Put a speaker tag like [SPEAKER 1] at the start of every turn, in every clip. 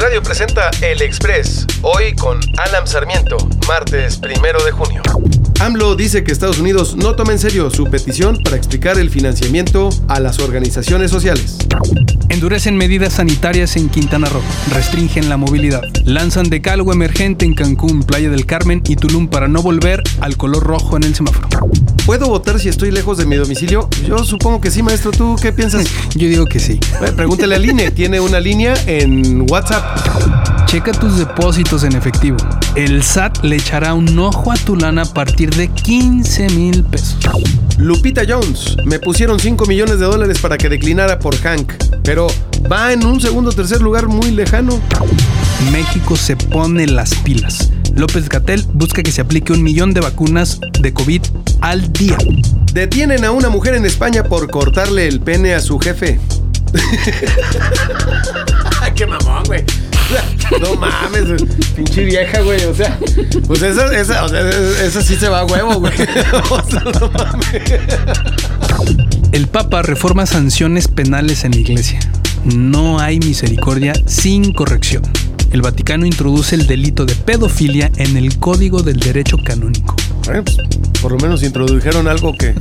[SPEAKER 1] Radio presenta El Express, hoy con Alan Sarmiento, martes primero de junio.
[SPEAKER 2] AMLO dice que Estados Unidos no toma en serio su petición para explicar el financiamiento a las organizaciones sociales.
[SPEAKER 3] Endurecen medidas sanitarias en Quintana Roo, restringen la movilidad, lanzan decalgo emergente en Cancún, Playa del Carmen y Tulum para no volver al color rojo en el semáforo.
[SPEAKER 2] ¿Puedo votar si estoy lejos de mi domicilio? Yo supongo que sí, maestro. ¿Tú qué piensas?
[SPEAKER 3] Yo digo que sí.
[SPEAKER 2] Eh, Pregúntale al INE, tiene una línea en WhatsApp.
[SPEAKER 3] Checa tus depósitos en efectivo. El SAT le echará un ojo a tu lana a partir de 15 mil pesos.
[SPEAKER 2] Lupita Jones, me pusieron 5 millones de dólares para que declinara por Hank, pero va en un segundo o tercer lugar muy lejano.
[SPEAKER 3] México se pone las pilas. López Gatel busca que se aplique un millón de vacunas de COVID al día.
[SPEAKER 2] Detienen a una mujer en España por cortarle el pene a su jefe.
[SPEAKER 4] ¡Qué mamón, güey!
[SPEAKER 2] No mames, pinche vieja, güey. O sea, pues esa, esa, o sea, esa sí se va a huevo, güey. O sea, no mames.
[SPEAKER 3] El Papa reforma sanciones penales en la Iglesia. No hay misericordia sin corrección. El Vaticano introduce el delito de pedofilia en el Código del Derecho Canónico.
[SPEAKER 2] Bueno, pues, por lo menos introdujeron algo que,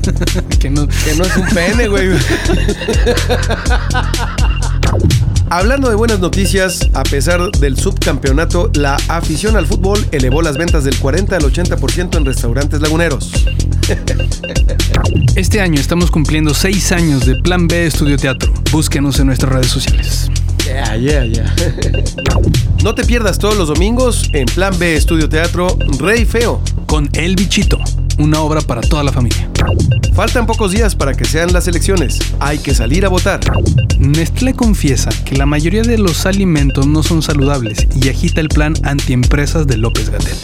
[SPEAKER 3] Que no-
[SPEAKER 2] que no es un pene, güey. Hablando de buenas noticias, a pesar del subcampeonato, la afición al fútbol elevó las ventas del 40 al 80% en restaurantes laguneros.
[SPEAKER 3] Este año estamos cumpliendo seis años de Plan B Estudio Teatro. Búsquenos en nuestras redes sociales.
[SPEAKER 2] Yeah, yeah, yeah. No te pierdas todos los domingos en Plan B Estudio Teatro Rey Feo.
[SPEAKER 3] Con El Bichito, una obra para toda la familia.
[SPEAKER 2] Faltan pocos días para que sean las elecciones. Hay que salir a votar.
[SPEAKER 3] Nestlé confiesa que la mayoría de los alimentos no son saludables y agita el plan antiempresas de López Gatel.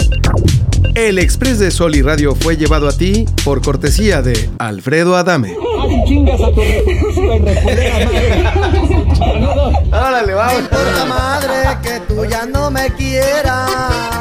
[SPEAKER 2] El Express de Sol y Radio fue llevado a ti por cortesía de Alfredo Adame. Órale, vamos.
[SPEAKER 5] importa madre que tú ya no me quieras.